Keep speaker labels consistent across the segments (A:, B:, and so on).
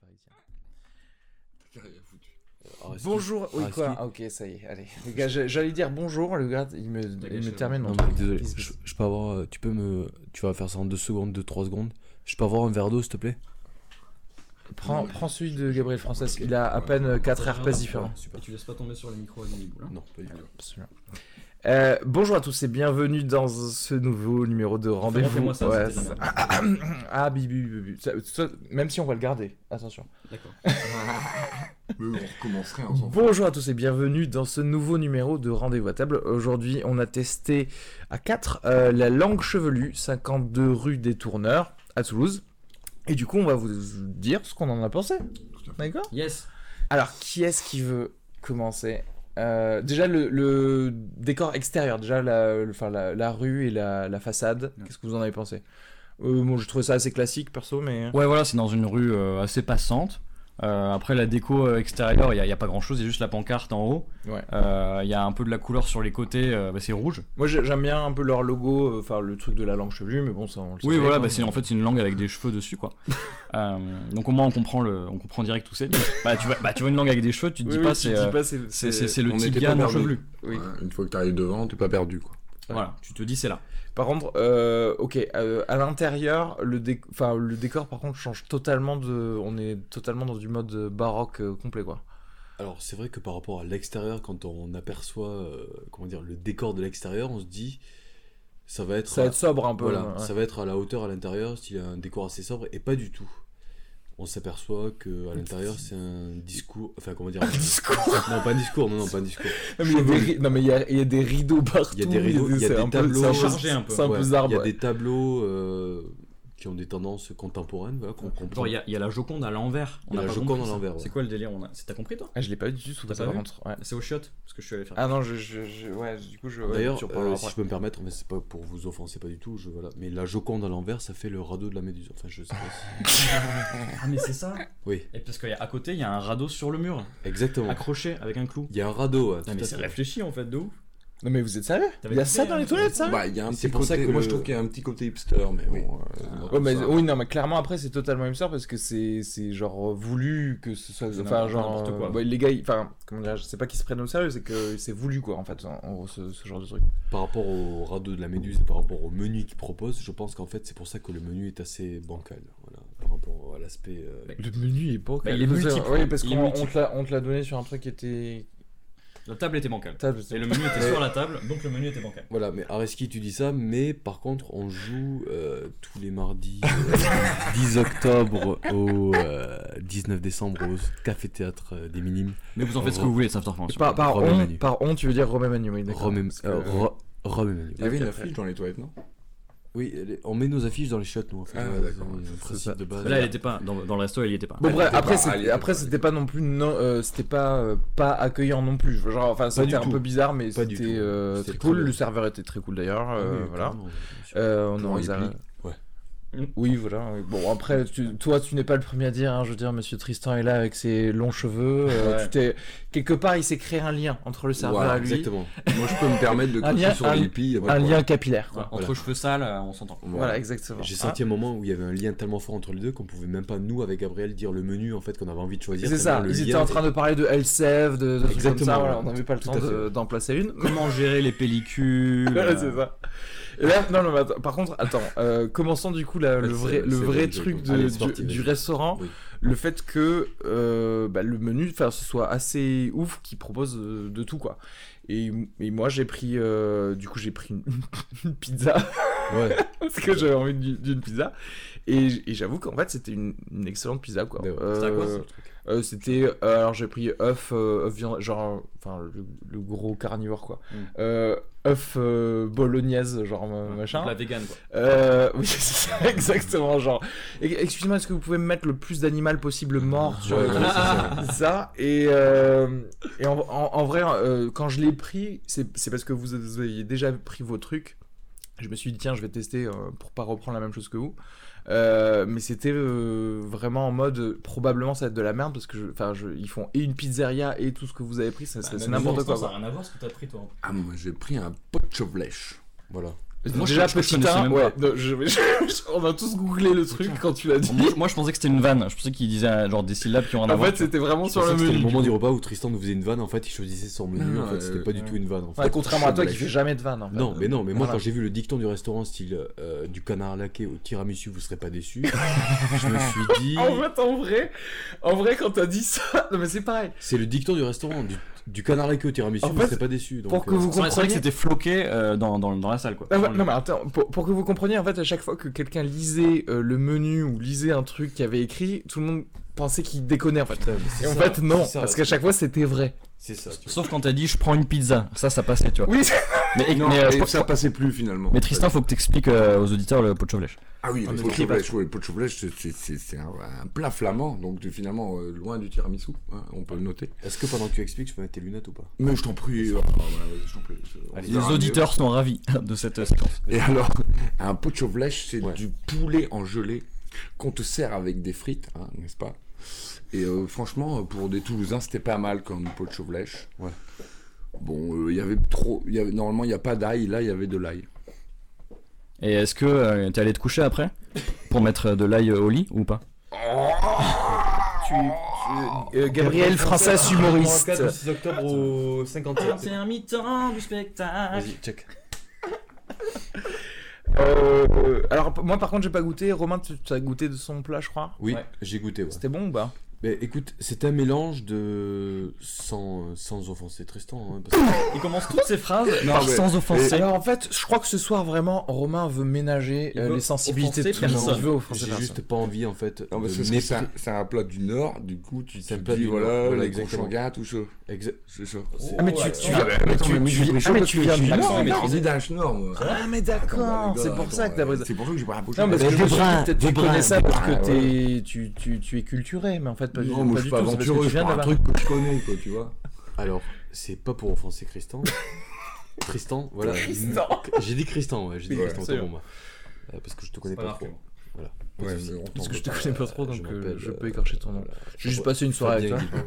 A: parisien.
B: T'as rien foutu.
C: Oh,
A: Bonjour. Oui,
D: Raski.
A: quoi Ah, Ok, ça y est, allez. Le gars, j'a- j'allais dire bonjour, le gars, il me,
B: T'as
A: il
B: gâché
A: me
B: le
A: termine
D: Non,
A: mon
D: mais
A: truc.
D: désolé,
A: Qu'est-ce que-
D: je, je peux avoir. euh, Tu peux me. Tu vas faire ça en 2 secondes, 2-3 secondes. Je peux avoir un verre d'eau, s'il te plaît
A: Prends, prends celui de Gabriel Français, il a à peine 4 RPS différents.
B: Et tu laisses pas tomber sur les micros à demi-boule. hein.
D: Non, pas du tout.
A: Absolument. Euh, bonjour à tous et bienvenue dans ce nouveau numéro de rendez-vous.
B: Fais-moi ça,
A: Ouais,
B: c'était
A: ça-
B: bien.
A: ah, ah, bibi, bibi. Ça- ça- même si on va le garder, attention.
B: D'accord.
E: Mais on recommencerait, on s'en fout.
A: Bonjour à tous et bienvenue dans ce nouveau numéro de Rendez-vous à table. Aujourd'hui, on a testé à 4 la langue chevelue, 52 rue des Tourneurs à Toulouse. Et du coup, on va vous dire ce qu'on en a pensé.
E: Tout à fait.
A: D'accord
B: Yes.
A: Alors, qui est-ce qui veut commencer Euh, Déjà, le, le décor extérieur, déjà la, le- enfin, la, la rue et la, la façade,
C: Ouais.
A: qu'est-ce que vous en avez pensé euh, Bon, je trouvais ça assez classique perso, mais. hein.
C: Ouais, voilà, c'est dans une rue euh, assez passante. Euh, après, la déco euh, extérieure, il n'y a, pas grand chose, il y a juste la pancarte en haut.
A: Ouais.
C: Euh, Il y a un peu de la couleur sur les côtés, euh, bah, c'est rouge.
A: Moi, j'ai- j'aime bien un peu leur logo, euh, enfin le truc de la langue chevelue, mais bon, ça on le
C: Oui,
A: savait,
C: voilà,
A: hein.
C: bah, c'est, en fait, c'est une langue avec des cheveux dessus, quoi. Euh, donc, au moins, on comprend, le, on comprend direct où c'est. bah, tu vois, bah, tu vois une langue avec des cheveux, tu te
A: Oui,
C: dis
A: oui,
C: pas,
A: tu
C: c'est,
A: dis
C: euh,
A: pas, c'est-
C: c'est, c'est- c'est le
D: on
C: type
D: était pas
C: Yann en
D: perdu.
C: chevelu.
A: oui.
D: Ouais, hein. une fois que t'arrives devant, t'es pas perdu, quoi.
C: Voilà, tu te dis, c'est là.
A: Par contre, euh, ok, euh, à l'intérieur, le, dé- enfin, le décor par contre change totalement de. On est totalement dans du mode euh, baroque euh, complet quoi.
D: Alors, c'est vrai que par rapport à l'extérieur, quand on aperçoit euh, comment dire, le décor de l'extérieur, on se dit. Ça va être.
A: Ça va être sobre un peu.
D: Voilà,
A: ouais.
D: ça va être à la hauteur à l'intérieur, s'il y a un décor assez sobre, et pas du tout. On s'aperçoit que à l'intérieur c'est un discours, enfin comment dire, un discours. Non pas un discours, non non pas un discours.
A: Non, mais il y a des ri- non, mais il y, a- il y a des rideaux partout.
D: Il y a des rideaux, il y a
A: c'est
D: des
A: un peu-
D: tableaux.
A: c'est un peu-
D: Ça
C: chargé un peu.
A: C'est un
D: Ouais,
A: peu
D: Il y
A: zarbe.
D: a
A: ouais.
D: des tableaux euh, qui ont des tendances contemporaines, voilà, qu'on comprend.
C: Genre, il y a, il y a la Joconde à l'envers.
D: Il y a
C: a
D: la
C: pas
D: Joconde
C: compris
D: à
C: ça.
D: l'envers, ouais.
C: C'est quoi le délire on a... c'est- T'as compris, toi
A: Ah, je l'ai pas du tout,
C: T'as
A: ça, par
C: pas vu
A: contre. ouais.
C: C'est au chiottes, parce que je suis allé faire.
A: Ah non, je. je, je- ouais, du coup, je. ouais,
D: D'ailleurs,
A: tu reparleras
D: euh,
A: après.
D: si je peux me permettre, mais c'est pas pour vous offenser pas du tout, je voilà. Mais la Joconde à l'envers, ça fait le radeau de la Méduse. Enfin, je sais pas. si-
C: Ah, mais c'est ça
D: Oui,
C: Et parce qu'à côté, il y a un radeau sur le mur,
D: exactement.
C: accroché avec un clou.
D: Il y a un radeau. ouais,
C: Non
D: tout
C: mais
D: à fait.
C: c'est
D: Bah,
C: réfléchi en fait de ouf.
A: Non, mais vous êtes sérieux
C: T'avais
A: Il y a
C: coupé,
A: ça dans
C: hein.
A: les toilettes, ça
E: Bah, il y a un
D: C'est
E: petit
D: pour ça
E: côté,
D: que-
E: moi je trouve qu'il y a un petit côté hipster, mais bon.
D: Ah,
E: euh,
A: Ouais, mais,
E: ça-
A: oui, non, mais clairement, après, c'est totalement même ça parce que c'est, c'est genre voulu que ce soit.
C: C'est
A: Enfin,
C: n'importe-
A: genre.
C: n'importe quoi.
A: euh, ouais, les gars, ils- enfin, comment dire, je sais pas qu'ils se prennent au sérieux, c'est que c'est voulu, quoi, en fait, en, en gros, ce, ce genre de truc.
D: Par rapport au radeau de la Méduse et par rapport au menu qu'ils proposent, je pense qu'en fait c'est pour ça que le menu est assez bancal. Voilà, par rapport à l'aspect. euh,
C: Mais-
A: Le menu est pas
C: Bah, il est multiple.
A: Oui, parce
C: Il est
A: qu'on on
C: multiple.
A: te, l'a, on te l'a donné sur un truc qui était.
C: La table était bancale.
A: Putain, je sais
C: Et
A: pas.
C: le menu était sur la table, donc le menu était bancal.
D: Voilà, mais Areski, tu dis ça, mais par contre, on joue euh, tous les mardis euh, 10 octobre au euh, 19 décembre au Café Théâtre euh, des Minimes.
C: Mais vous en faites ce que
D: Re-
C: vous voulez, c'est information.
A: Par, par,
D: Romain
A: on,
D: Manu.
A: par on, tu veux dire Romain Manu, oui, d'accord.
D: Rome et-
A: Parce que-
D: euh, Ro- Rome et Manu.
E: Il y avait une
A: Ok, après.
E: affiche dans les toilettes, non
D: Oui, les- on met nos affiches dans les shots, nous. En fait.
E: Ah,
D: Voilà,
E: d'accord,
D: c'est
E: ouais,
D: un
E: c'est
D: principe
A: ça.
D: de base.
C: Là, elle était pas dans, dans le resto, elle y était pas.
A: Bon
E: Elle
A: bref,
E: était
A: après
E: pas-
A: c'était,
E: elle
D: Ah,
E: était
A: après
E: pas-
A: c'était pas non plus non, euh, c'était pas euh, pas accueillant non plus. Genre enfin c'était
D: du
A: un
D: tout.
A: peu bizarre mais
D: Pas du
A: c'était,
D: tout.
A: euh,
D: C'était
A: très
D: très
A: cool.
D: bien.
A: Le serveur était très cool d'ailleurs.
D: Ah oui,
A: euh,
D: oui,
A: voilà.
D: clairement, bien sûr.
A: Euh, on
E: Pour
A: en
E: un
A: a-
E: hippie.
C: Mm.
A: Oui voilà. oui. Bon après tu- toi tu n'es pas le premier à dire. hein, je veux dire Monsieur Tristan est là avec ses longs cheveux. euh,
C: Ouais.
A: tu t'es- quelque part il s'est créé un lien entre le serveur
D: Voilà,
A: et lui,
D: exactement.
E: Moi je peux me permettre de
A: Un lien-
E: cracher sur
A: un-
E: les hippies.
A: un lien capillaire. Quoi.
C: Entre cheveux sales, euh, on s'entend.
A: Voilà exactement. Ah.
D: J'ai senti un moment où il y avait un lien tellement fort entre les deux qu'on pouvait même pas, nous, avec Gabriel, dire le menu en fait qu'on avait envie de choisir.
A: C'est ça.
D: tellement le
A: Ils étaient
D: lien
A: en train de parler de Elseve, de, de trucs comme ça.
D: Exactement,
A: voilà,
D: ouais.
A: on n'avait pas le
D: Tout
A: temps
D: à fait.
A: de- d'en placer une.
C: Comment gérer les pellicules
D: Euh,
C: euh,
A: Voilà, c'est ça. Et là, non, non, mais attends, par contre, attends, euh, commençons du coup la- le
D: Ouais,
A: vrai,
D: c'est-
A: le
D: c'est
A: vrai
D: bon, je
A: truc
D: comprends.
A: de-
D: Allez,
A: du-
D: sportif,
A: du,
D: vas-y.
A: restaurant,
D: Oui.
A: le fait que euh, bah, le menu, enfin, ce soit assez ouf, qui propose euh, de tout quoi. Et, et moi, j'ai pris, euh, du coup, j'ai pris une, une pizza
D: Ouais,
A: parce que j'avais envie d'une- d'une pizza. Et, j- et j'avoue qu'en fait, c'était une, une excellente pizza quoi.
D: Mais ouais.
A: Euh,
C: C'était à quoi, ce
A: euh, C'était, euh, alors j'ai pris œuf, euh, œuf viande, genre, enfin, le, le gros carnivore quoi.
C: Mm.
A: Euh, œuf euh, bolognaise, genre
C: Ouais,
A: machin.
C: La végane quoi.
A: Euh, oui, c'est ça, exactement, genre. Et- Excuse-moi, est-ce que vous pouvez me mettre le plus d'animal possible mort sur
D: Ouais, ouais,
A: ça, Et, euh, et en, en- en vrai, euh, quand je l'ai pris, c'est c'est parce que vous aviez déjà pris vos trucs. Je me suis dit, tiens, je vais tester euh, pour pas reprendre la même chose que vous. Euh, mais c'était euh, vraiment en mode euh, probablement ça va être de la merde parce que je- enfin je- ils font et une pizzeria et tout ce que
C: Ah,
A: vous avez pris ça- ça- c'est n'importe quoi,
C: Bah, Ça
A: quoi.
C: n'a rien à voir ce que t'as pris toi.
E: Ah, moi j'ai pris un pot de chevlèche.
D: voilà.
C: Moi, je-
A: Déjà,
C: je- je
A: petit
C: connaissais
A: 1,
C: même
A: ouais. non, je- je- on a tous googlé le truc quand tu l'as dit.
C: Moi, je- moi, je pensais que c'était une vanne. Je pensais qu'il disait euh, genre des syllabes qui ont rien à
A: En
C: voir.
A: fait, c'était vraiment
D: Je
A: sur
D: pensais
A: le
D: que C'était
A: menu.
D: le moment du repas où Tristan nous faisait une vanne. En fait, il choisissait son menu.
E: Non,
D: en fait, c'était
E: euh,
D: pas du tout une vanne. En fait.
A: Ouais, contrairement à toi qui
D: Blague.
A: fait jamais de vanne. En fait.
D: Non, mais non, mais moi
A: Voilà.
D: quand j'ai vu le dicton du restaurant style euh, du canard laqué au tiramisu, vous serez pas déçus. je me suis dit,
A: En fait, en vrai, en vrai, quand t'as dit ça, non mais c'est pareil.
D: c'est le dicton du restaurant du, du canard laqué au tiramisu,
A: En
D: vous
A: fait,
D: serez pas déçus. Donc,
A: pour que
D: euh,
A: vous
C: C'est vrai que
A: compreniez.
C: c'était floqué euh, dans, dans, dans la salle quoi.
A: Ah
D: Mm.
A: ouais, non mais attends, pour, pour que vous compreniez, en fait, à chaque fois que quelqu'un lisait euh, le menu ou lisait un truc qu'il avait écrit, tout le monde pensait qu'il déconnait en fait.
D: putain, mais c'est
A: Et en
D: ça,
A: fait, non,
D: c'est ça,
A: parce qu'à chaque fois, c'était vrai.
D: C'est ça. tu vois.
C: Sauf quand t'as dit je prends une pizza. Ça, ça passait, tu vois.
A: Oui,
C: Mais,
E: Non,
C: mais, euh, je
E: mais
C: pense-
E: ça passait plus finalement.
C: mais Tristan, faut que t'expliques euh, aux auditeurs le pot de chevlèche.
E: Ah oui,
A: On
E: le
A: ne
E: pot de
A: crie pas.
E: chevlèche, ouais, le pot de chevlèche, c'est- c'est- c'est c'est un, un plat flamand, donc de- finalement euh, loin du tiramisu, hein, on peut le noter.
D: Est-ce que pendant que tu expliques, je peux mettre tes lunettes ou pas
E: Mais je t'en prie, euh, voilà, je t'en prie, je- on
C: Les
E: verra mieux.
C: auditeurs sont ravis de cette euh, séquence.
E: Et alors, un pot de chevlèche, c'est
D: Ouais.
E: du poulet en gelée qu'on te sert avec des frites, hein, n'est-ce pas Et euh, franchement, pour des Toulousains, c'était pas mal comme pot de chevlèche.
D: Ouais.
E: Bon, euh, il y avait trop. il y avait- normalement, il n'y a pas d'ail, là, il y avait de l'ail.
C: Et est-ce que euh, t'es allé te coucher après pour mettre euh, de l'ail euh, au lit ou pas
A: euh,
D: Oh,
A: Gabriel Français humoriste.
D: 6 octobre au 57.
C: Ah, mi-temps du spectacle.
D: Vas-y, check.
A: Euh, alors p- moi par contre j'ai pas goûté. Romain tu tu as goûté de son plat je crois.
D: Oui,
A: Ouais.
D: j'ai goûté. ouais.
A: C'était bon ou pas
D: Mais écoute, c'est un mélange de sans euh, sans offenser Tristan. hein, parce que-
C: Il commence toutes ses phrases
E: Non,
C: par
E: mais-
C: sans offenser.
A: Alors en fait je crois que ce soir vraiment Romain veut ménager
C: Il
A: euh,
C: veut
A: les sensibilités de tout
C: offenser
A: le monde.
C: personne.
A: Il veut offenser
D: J'ai
A: personne.
D: juste pas envie en fait.
E: Non, parce
D: de
E: que
D: mépris-
E: c'est un- c'est un, plat du Nord, du coup, tu,
D: C'est
E: tu
D: un plat
E: dis,
D: du
E: voilà,
D: Nord, voilà,
E: les
D: exactement.
E: conchats, tout ça.
D: Exa-
E: C'est ça.
D: c'est-
A: Ah mais tu, tu,
E: Ah, bah,
A: mais
E: attends,
A: tu-
E: mais
A: tu-
E: j'ai
A: ah,
E: pris chaud
A: mais
E: parce
A: tu
E: que
A: viens
E: j'ai
A: du
E: une
A: Nord,
E: accent,
A: mais-
E: mais je dis d'âge Nord, moi.
A: Ah mais
E: Attends,
A: d'accord,
E: les
A: c'est
E: gars,
A: pour ça
E: attends,
A: que t'as pris
E: euh,
A: ça.
E: C'est pour ça que j'ai pas la poche.
A: Non parce que
E: Mais
A: je
E: des
A: me suis dit,
E: brins,
A: peut-être
E: des
A: tu connais
E: brins,
A: ça
E: des
A: parce
E: brins,
A: que
E: ouais.
A: t'es tu, tu, tu es culturé mais en fait pas, du-
E: Non, moi,
A: pas
E: je suis
A: du
E: pas
A: tout. c'est parce que
E: aventureux,
A: tu
E: je
A: viens de
E: prends un
A: là-bas.
E: truc que je connais, quoi, tu vois.
D: Alors, c'est pas pour offenser Tristan. Tristan, voilà.
A: Tristan.
D: J'ai dit Tristan, ouais, j'ai dit
A: Oui,
D: Tristan,
A: c'est
D: autant pour moi. Euh, parce que je te connais pas,
B: pas
D: trop.
B: grave.
D: Voilà.
E: Ouais,
D: Parce
E: mais on t'en
A: Parce que
E: veut
A: je te
E: pas.
A: connais pas trop
D: euh,
A: donc
D: je
A: euh,
D: m'appelle,
A: je peux
D: euh,
A: écorcher ton nom.
D: voilà.
A: J'ai juste passé une soirée avec
D: Fabien
A: toi.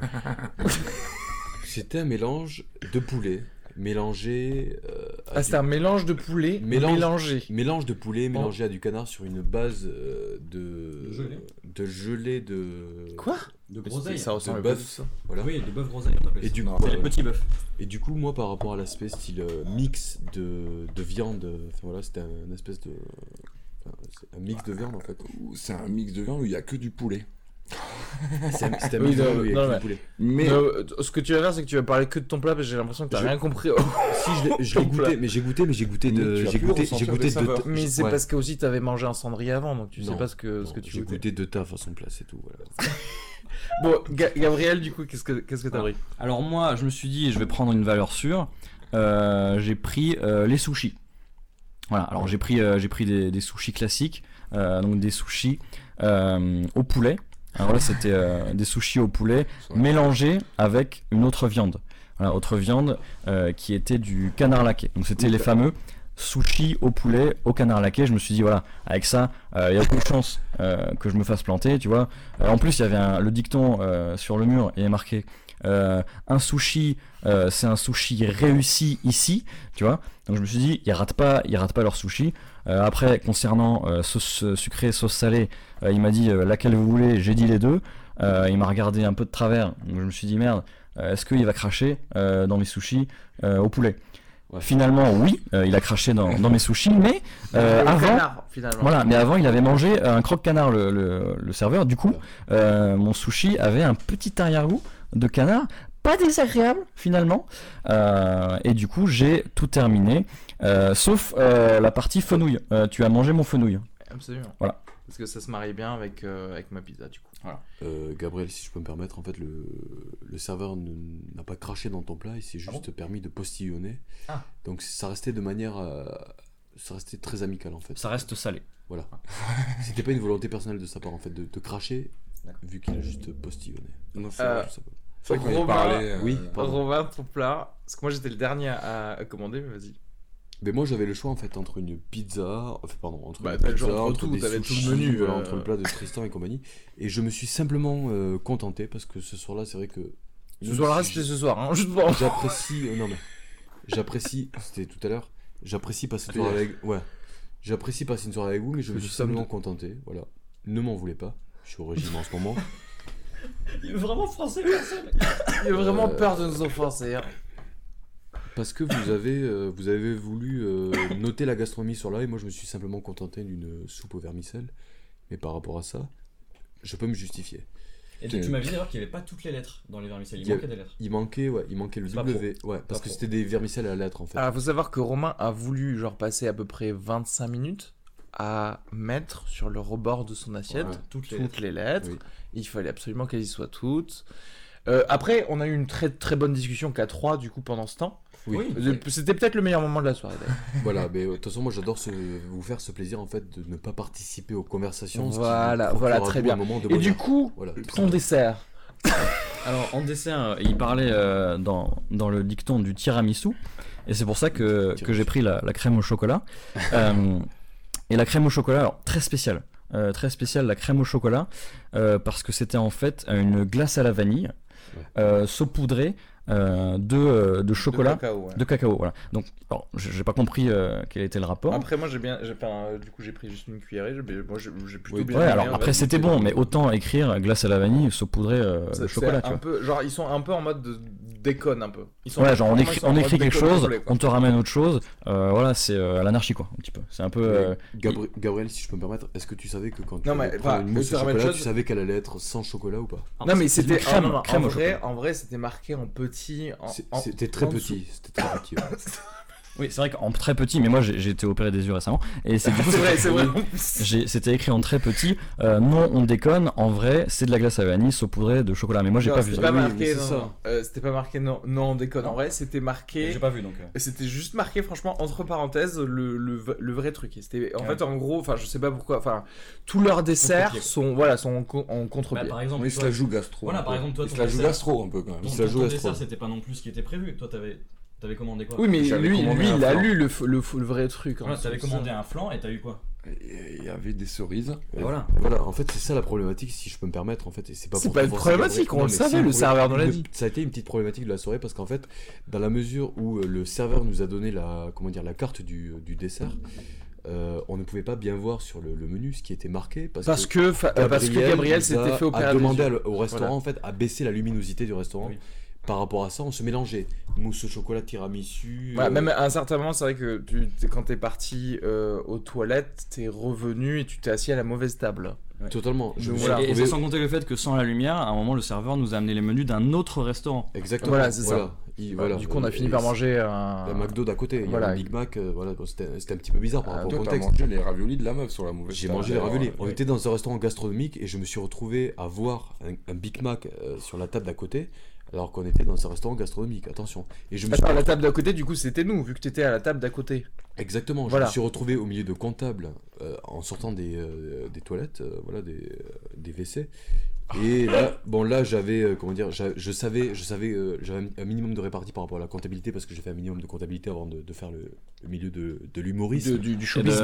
D: Guibaud. C'était un mélange de poulet mélangé euh, à
A: Ah
D: du-
A: c'est un mélange de poulet
D: Mélange.
A: mélangé.
D: mélange de poulet mélangé à du canard sur une base euh, de
B: De gelée.
D: de gelée de
A: Quoi
B: De
A: C'est-
B: groseille.
A: Ça
D: de
A: ressemble pas du tout.
D: bœuf voilà
B: Oui, de bœuf groseille, on appelle
D: et
B: ça.
D: du
E: Non,
D: coup,
B: C'est les petits bœufs.
D: Et du coup, moi, par rapport à l'aspect style euh, mix de, de viande, euh, enfin voilà, c'était un, un espèce de. enfin, c'est un mix de viande en fait.
E: Ou C'est un mix de viande où il n'y a que du poulet.
D: Ah, C'est un, c'était un
A: Oui,
D: mix de
A: non,
D: viande avec
A: non,
D: du
A: mais-
D: poulet.
E: Mais
A: Euh, ce que tu vas faire, c'est que tu vas parler que de ton plat parce que j'ai l'impression que t'as
D: Je-
A: rien compris.
D: Si je l'ai- je l'ai
A: Ton
D: goûté,
A: plat.
D: mais j'ai goûté, mais j'ai goûté
E: Mais
D: de.
E: tu as
D: J'ai
E: pu
D: goûté,
E: ressentir
D: j'ai
E: des
D: goûté de.
E: saveurs.
A: Mais c'est
D: ouais.
A: parce que aussi t'avais mangé un cendrier avant, donc tu
D: Non.
A: sais pas ce que, ce
D: Non,
A: que tu
D: J'ai
A: goûtais.
D: goûté de ta façon plat, c'est tout. Voilà.
A: Bon, Ga- Gabriel, du coup, qu'est-ce que qu'est-ce que t'as pris
C: Alors moi, je me suis dit, je vais prendre une valeur sûre. Euh, j'ai pris euh, les sushis. Voilà. Alors j'ai pris, euh, j'ai pris des, des sushis classiques, euh, donc des sushis euh, au poulet. Alors là, c'était euh, des sushis au poulet
E: Ouais.
C: mélangés avec une autre viande. Voilà, autre viande euh, qui était du canard laqué. Donc c'était les fameux sushis au poulet au canard laqué. Je me suis dit voilà, avec ça, il y a aucune chance euh, que je me fasse planter, tu vois. Euh, en plus, il y avait un- le dicton euh, sur le mur, il est marqué euh, un sushi, euh, c'est un sushi réussi ici, tu vois. Donc je me suis dit, ils ratent pas, ils ratent pas leur sushi. Euh, après, concernant euh, sauce euh, sucrée, sauce salée, euh, il m'a dit euh, laquelle vous voulez, j'ai dit les deux. Euh, il m'a regardé un peu de travers, donc je me suis dit merde, euh, est-ce qu'il va cracher euh, dans mes sushis euh, au poulet
D: Ouais.
C: Finalement, oui, euh, il a craché dans, dans mes sushis, mais euh,
A: Le
C: avant,
A: canard, finalement.
C: voilà, mais avant il avait mangé un croque-canard le, le- le serveur. Du coup, euh, mon sushi avait un petit arrière-goût de canard, pas désagréable finalement. Euh, et du coup, j'ai tout terminé, euh, sauf euh, la partie fenouil. Euh, tu as mangé mon fenouil.
A: Absolument.
C: Voilà.
A: Parce que ça se marie bien avec euh, avec ma pizza, du coup.
D: Euh, Gabriel, si je peux me permettre, en fait, le, le serveur ne- n'a pas craché dans ton plat, il s'est juste permis de postillonner.
A: Ah.
D: Donc ça restait de manière. euh, ça restait très amical en fait.
C: Ça reste salé.
D: Voilà. C'était pas une volonté personnelle de sa part en fait de, de cracher,
A: D'accord.
D: vu qu'il a juste postillonné.
E: non, c'est
A: Euh,
E: vrai,
D: Tout simplement.
E: c'est vrai qu'on
A: Romain-
E: avait parlé. euh,
D: Oui, pardon.
A: Romain, ton plat. Parce que moi, j'étais le dernier à, à commander, mais vas-y.
D: Mais moi j'avais le choix en fait entre une pizza, enfin pardon, entre
A: Bah,
D: une
A: t'as le
D: pizza,
A: choix entre tout,
D: des
A: t'avais tout le
D: sushis,
A: menu,
D: voilà,
A: euh.
D: entre le plat de Tristan et compagnie, et je me suis simplement euh, contenté parce que ce soir-là c'est vrai que
A: Ce soir-là, c'était ce soir, hein, juste pour.
D: J'apprécie. euh, non, mais. J'apprécie. C'était tout à l'heure. J'apprécie passer une soirée avec. Ouais. J'apprécie passer une soirée avec vous, mais je me
A: Que
D: suis
A: nous sommes
D: simplement contenté. Voilà. Ne m'en voulez pas. Je suis au régime en ce moment.
C: Il est vraiment français, personne.
A: Il a
D: vraiment
A: vraiment
D: Euh,
A: peur de nous offenser.
D: Parce que vous avez, euh, vous avez voulu euh, noter la gastronomie sur là, et moi je me suis simplement contenté d'une soupe aux vermicelles. Mais par rapport à ça, je peux me justifier.
C: Et
E: tu-
C: tu
E: tu
C: m'as dit d'ailleurs qu'il n'y avait pas toutes les lettres dans les vermicelles,
D: il
C: il
D: Il y manquait Il manquait,
C: manquait des lettres.
D: ouais, il manquait le
C: C'est pas
D: W. Ouais, parce
C: pas
D: que
C: pro.
D: c'était des vermicelles à lettres en fait.
A: Alors, Ah, faut savoir que Romain a voulu genre passer à peu près 25 minutes à mettre sur le rebord de son assiette
D: Ouais.
C: Toutes les lettres.
A: toutes les lettres.
D: Oui.
A: Il fallait absolument qu'elles y soient toutes. Euh, après, on a eu une très très bonne discussion qu'à 3 du coup pendant ce temps.
D: Oui.
A: Euh, C'était peut-être le meilleur moment de la soirée d'ailleurs.
D: Voilà, mais euh, de toute façon, moi j'adore ce- vous faire ce plaisir en fait de ne pas participer aux conversations. ce qui
A: Voilà,
D: vous
A: voilà,
D: procurera
A: très
D: vous
A: bien.
D: un moment
A: Et
D: de bonheur.
A: du coup,
D: voilà.
A: ton dessert.
C: Alors en dessert, euh, il parlait euh, dans, dans le dicton du tiramisu, et c'est pour ça que, que j'ai pris la, la crème au chocolat. Euh, et la crème au chocolat, alors très spéciale, euh, très spéciale la crème au chocolat, euh, parce que c'était en fait une glace à la vanille
D: Ouais.
C: euh, saupoudrée euh, de, euh, de chocolat.
A: cacao, ouais.
C: De cacao, voilà. Donc, alors, j- j'ai pas compris euh, quel était le rapport.
A: Après, moi j'ai bien. j'ai- enfin, euh, du coup, j'ai pris juste une cuillerée. j'ai- mais Moi j'ai j'ai plutôt
D: Oui,
A: bien.
C: Ouais,
A: aimé,
C: alors
A: en
C: après
A: fait.
C: c'était bon, mais autant écrire glace à la vanille saupoudrer euh,
A: Ça-
C: le
A: c'est
C: chocolat, tu
A: un
C: vois.
A: peu, genre, ils sont un peu en mode de- déconne un peu. Ils sont
C: Ouais, genre on
A: vraiment,
C: écrit,
A: ils sont en
C: on
A: mode
C: écrit quelque
A: déconne
C: chose,
A: complet, quoi.
C: on te ramène autre chose, euh, voilà, c'est euh, à l'anarchie quoi, un petit peu. C'est un peu. euh,
D: Gabri- Gabriel, si je peux me permettre, est-ce que tu savais que quand tu
A: Non, mais,
D: prends
A: enfin,
D: une
A: mais
D: mousse
A: c'est
D: au
A: la même
D: chocolat,
A: chose.
D: tu savais qu'elle allait être sans chocolat ou pas
A: Non, mais
C: c'est une
A: c'était.
C: crème,
A: non, non,
C: crème
A: en
C: au
A: vrai,
C: chocolat.
A: en vrai c'était marqué en petit. en-
D: C'est-
A: en-
D: C'était très
A: en dessous.
D: petit, c'était très petit. ouais.
C: Oui, c'est vrai qu'en très petit, mais moi j'ai j'ai été opéré des yeux récemment, et c'est du coup.
A: C'est vrai, c'est vrai.
C: j'ai- C'était écrit en très petit, euh, non, on déconne, en vrai, c'est de la glace à la vanille saupoudrée de chocolat, mais moi j'ai
A: Non,
C: pas vu
A: c'était
C: ça.
A: pas
D: Oui, mais
A: marqué,
D: c'est
A: non,
D: ça.
A: non. Euh, C'était pas marqué, non, non, on déconne. En vrai, c'était marqué.
C: pas vu donc. euh.
A: Et C'était juste marqué, franchement, entre parenthèses, le, le, v- le vrai truc. Et C'était, en
C: Ouais.
A: fait, en gros, enfin, je sais pas pourquoi, enfin, tous leurs desserts
C: Contre-pied.
A: sont, voilà, sont en, co- en contre-pied.
C: Bah,
D: Bah,
C: exemple,
E: Il se la joue gastro.
C: Voilà,
E: un peu.
C: par exemple, toi,
E: Il se
C: ton
E: la joue
C: dessert-
E: gastro un peu quand même.
D: Il se la joue gastro.
C: c'était pas non plus ce qui était prévu. Toi, t'avais avais commandé quoi
A: oui, mais
E: J'avais
A: lui,
E: commandé
A: lui,
E: un
A: il a
E: flan.
A: lu le, f- le, f- le vrai truc. hein. en dessous.
C: un flan et t'as eu quoi
E: Et Il y avait des cerises.
C: Voilà.
D: Voilà, en fait, c'est ça la problématique, si je peux me permettre. En fait, et c'est pas
A: C'est
D: pour
A: pas
D: tout
A: une
D: forcer,
A: problématique,
D: Gabriel.
A: on
D: Non,
A: le
D: mais
A: savait,
D: c'est une
A: le
D: problématique.
A: serveur nous l'a
D: Une-
A: dit.
D: Ça a été une petite problématique de la soirée parce qu'en fait, dans la mesure où euh, le serveur nous a donné la, comment dire, la carte du, du dessert, euh, on ne pouvait pas bien voir sur le, le menu ce qui était marqué parce,
A: Parce que, fa- euh, parce que Gabriel
D: nous a-
A: s'était fait opérer.
D: a
A: des
D: demandé
A: yeux.
D: à- au restaurant
A: Voilà.
D: en fait à baisser la luminosité du restaurant.
C: Oui.
D: Par rapport à ça, on se mélangeait mousse au chocolat, tiramisu.
A: Voilà,
D: euh,
A: même à un certain moment, c'est vrai que tu, t'es- quand t'es parti euh, aux toilettes, t'es revenu et tu t'es assis à la mauvaise table.
D: euh, Totalement. Je
A: Donc
D: me suis
A: voilà.
C: Et, et
D: retrouvé-
C: c'est sans compter le fait que sans la lumière, à un moment, le serveur nous a amené les menus d'un autre restaurant.
D: Exactement.
A: Voilà, c'est ça.
D: Il- voilà.
A: Du coup, on a
D: Et-
A: fini
D: et
A: par manger un.
D: La McDo d'à côté, il y
A: Euh, Voilà.
D: a un Big Mac, euh, voilà, bon, c'était c'était un petit peu bizarre par
A: Ah,
D: rapport au
E: Toi, t'as
D: contexte.
E: mangé les raviolis de la meuf sur la mauvaise
D: J'ai
E: table,
D: mangé les
E: alors,
D: raviolis.
E: euh,
D: On était dans un restaurant gastronomique et je me suis retrouvé à voir un, un Big Mac euh, sur la table d'à côté, alors qu'on était dans un restaurant gastronomique. Attention. Et je me suis
A: Attends, la table d'à côté, du coup, c'était nous, vu que t'étais à la table d'à côté.
D: exactement.
A: Voilà.
D: Je me suis retrouvé au milieu de comptables euh, en sortant des, euh, des toilettes, euh, voilà, des, euh, des WC. Et là, bon là, j'avais euh, comment dire, j'a- je savais, je savais, euh, j'avais un minimum de répartie par rapport à la comptabilité parce que j'ai fait un minimum de comptabilité avant de, de faire le, le milieu de, de l'humorisme.
A: De- du, du
C: Et de-
A: showbiz.